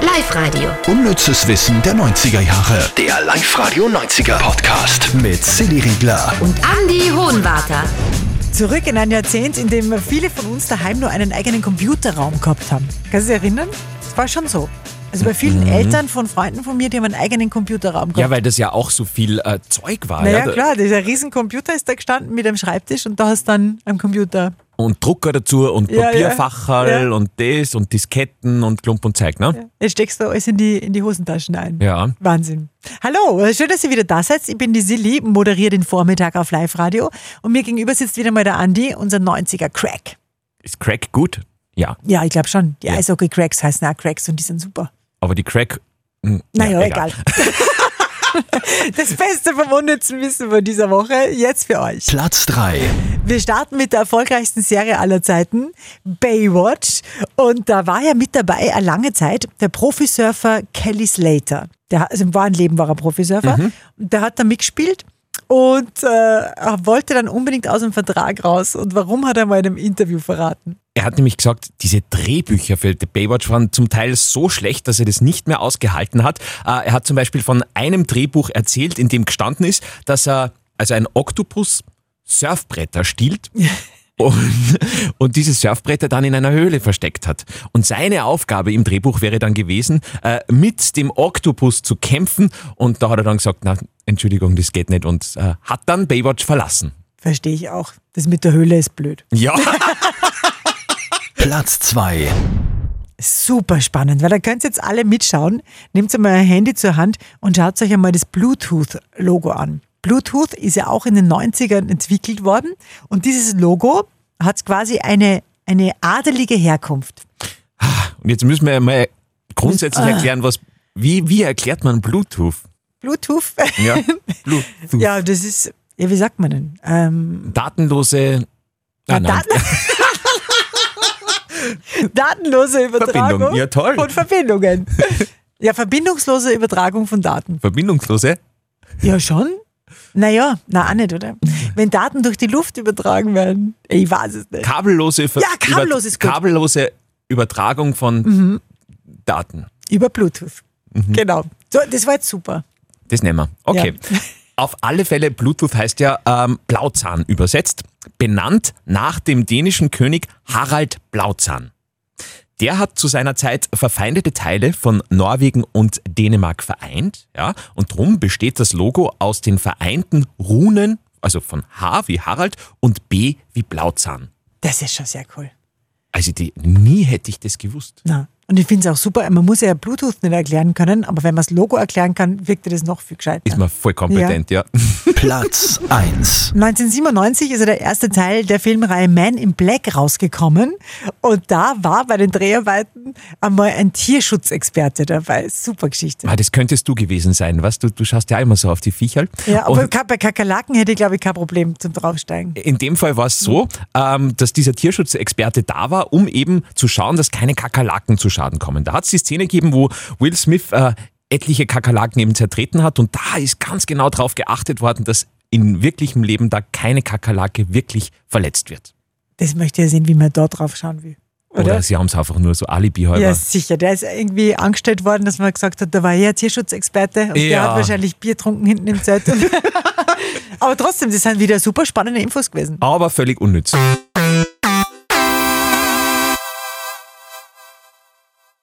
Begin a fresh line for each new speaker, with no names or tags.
Live-Radio.
Unnützes Wissen der 90er Jahre.
Der Live-Radio 90er Podcast.
Mit Silly Riegler.
Und Andy Hohenwarter.
Zurück in ein Jahrzehnt, in dem viele von uns daheim nur einen eigenen Computerraum gehabt haben. Kannst du dich erinnern? Das war schon so. Also bei vielen
Mhm.
Eltern von Freunden von mir, die haben einen eigenen Computerraum gehabt.
Ja, weil das ja auch so viel äh, Zeug war.
naja,
ja.
klar, dieser Riesencomputer ist da gestanden mit einem Schreibtisch und da hast du dann am Computer.
Und Drucker dazu und
Ja, ja.
Papierfacherl
Ja.
und das und Disketten und Klump und Zeug, ne?
Jetzt steckst du alles in die, in die Hosentaschen ein.
Ja.
Wahnsinn. Hallo, äh, schön, dass ihr wieder da seid. Ich bin die Silly, moderiere den Vormittag auf Live-Radio und mir gegenüber sitzt wieder mal der Andi, unser 90er-Crack.
Ist Crack gut? Ja.
Ja, ich glaube schon. Die Eishockey-Cracks heißen auch Cracks und die sind super.
Aber die Crack. mh,
Naja,
ja,
egal. Das Beste vom unnützen Wissen von dieser Woche, jetzt für euch.
Platz 3.
Wir starten mit der erfolgreichsten Serie aller Zeiten, Baywatch. Und da war ja mit dabei eine lange Zeit der Profisurfer Kelly Slater. Der, also im wahren Leben war er Profisurfer. Und der hat da mitgespielt und äh, er wollte dann unbedingt aus dem Vertrag raus. Und warum hat er mal in einem Interview verraten?
Er hat nämlich gesagt, diese Drehbücher für The Baywatch waren zum Teil so schlecht, dass er das nicht mehr ausgehalten hat. Äh, Er hat zum Beispiel von einem Drehbuch erzählt, in dem gestanden ist, dass er, also ein Oktopus Surfbretter stiehlt. Und, und diese Surfbretter dann in einer Höhle versteckt hat. Und seine Aufgabe im Drehbuch wäre dann gewesen, äh, mit dem Oktopus zu kämpfen. Und da hat er dann gesagt, na, Entschuldigung, das geht nicht. Und äh, hat dann Baywatch verlassen.
Verstehe ich auch. Das mit der Höhle ist blöd.
Ja.
Platz 2.
Super spannend, weil da könnt ihr jetzt alle mitschauen. Nehmt mal euer Handy zur Hand und schaut euch einmal das Bluetooth-Logo an. Bluetooth ist ja auch in den 90ern entwickelt worden und dieses Logo hat quasi eine, eine adelige Herkunft.
Und jetzt müssen wir mal grundsätzlich
Ah.
erklären, was, wie, wie erklärt man Bluetooth?
Bluetooth,
Ja, Bluetooth.
ja, das ist, ja, wie sagt man denn? Ähm,
Datenlose. Ah, nein.
Daten- Datenlose Übertragung
Verbindung. Ja, toll.
von Verbindungen. Ja, verbindungslose Übertragung von Daten.
Verbindungslose?
Ja, schon. Naja, na auch nicht, oder? Wenn Daten durch die Luft übertragen werden, ich weiß es nicht.
Kabellose, Ver
Ja, kabellos ist gut. Mhm.
kabellose Übertragung von Daten.
Über Bluetooth.
Mhm.
Genau. So, das war jetzt super.
Das nehmen wir. Okay.
Ja.
Auf alle Fälle, Bluetooth heißt ja ähm, Blauzahn übersetzt, benannt nach dem dänischen König Harald Blauzahn. Der hat zu seiner Zeit verfeindete Teile von Norwegen und Dänemark vereint, ja, und drum besteht das Logo aus den vereinten Runen, also von H wie Harald und B wie Blauzahn.
Das ist schon sehr cool.
Also die, nie hätte ich das gewusst.
Na. Und ich finde es auch super, man muss ja Bluetooth nicht erklären können, aber wenn man das Logo erklären kann, wirkt dir das noch viel gescheiter.
Ist man voll kompetent, ja.
Platz 1.
1997 ist ja der erste Teil der Filmreihe Man in Black rausgekommen und da war bei den Dreharbeiten einmal ein Tierschutzexperte dabei. Super Geschichte.
Ah, Das könntest du gewesen sein, was? Du, du schaust ja immer so auf die Viecherl.
Ja, aber
Und-
ka- bei Kakerlaken hätte ich, glaube ich, kein Problem zum Draufsteigen.
in dem Fall war es so, ähm, dass dieser Tierschutzexperte da war, um eben zu schauen, dass keine Kakerlaken zu Schaden kommen. Da hat es die Szene gegeben, wo Will Smith äh, etliche Kakerlaken eben zertreten hat und da ist ganz genau darauf geachtet worden, dass in wirklichem Leben da keine Kakerlake wirklich verletzt wird.
Das möchte ja sehen, wie man da drauf schauen will.
Oder,
Oder?
sie haben es einfach nur so Alibi halber.
ja, sicher. Der ist irgendwie angestellt worden, dass man gesagt hat, da war ja Tierschutzexperte und der
Ja.
hat wahrscheinlich Bier getrunken hinten im Zelt. Aber trotzdem, das sind wieder super spannende Infos gewesen.
Aber völlig unnütz.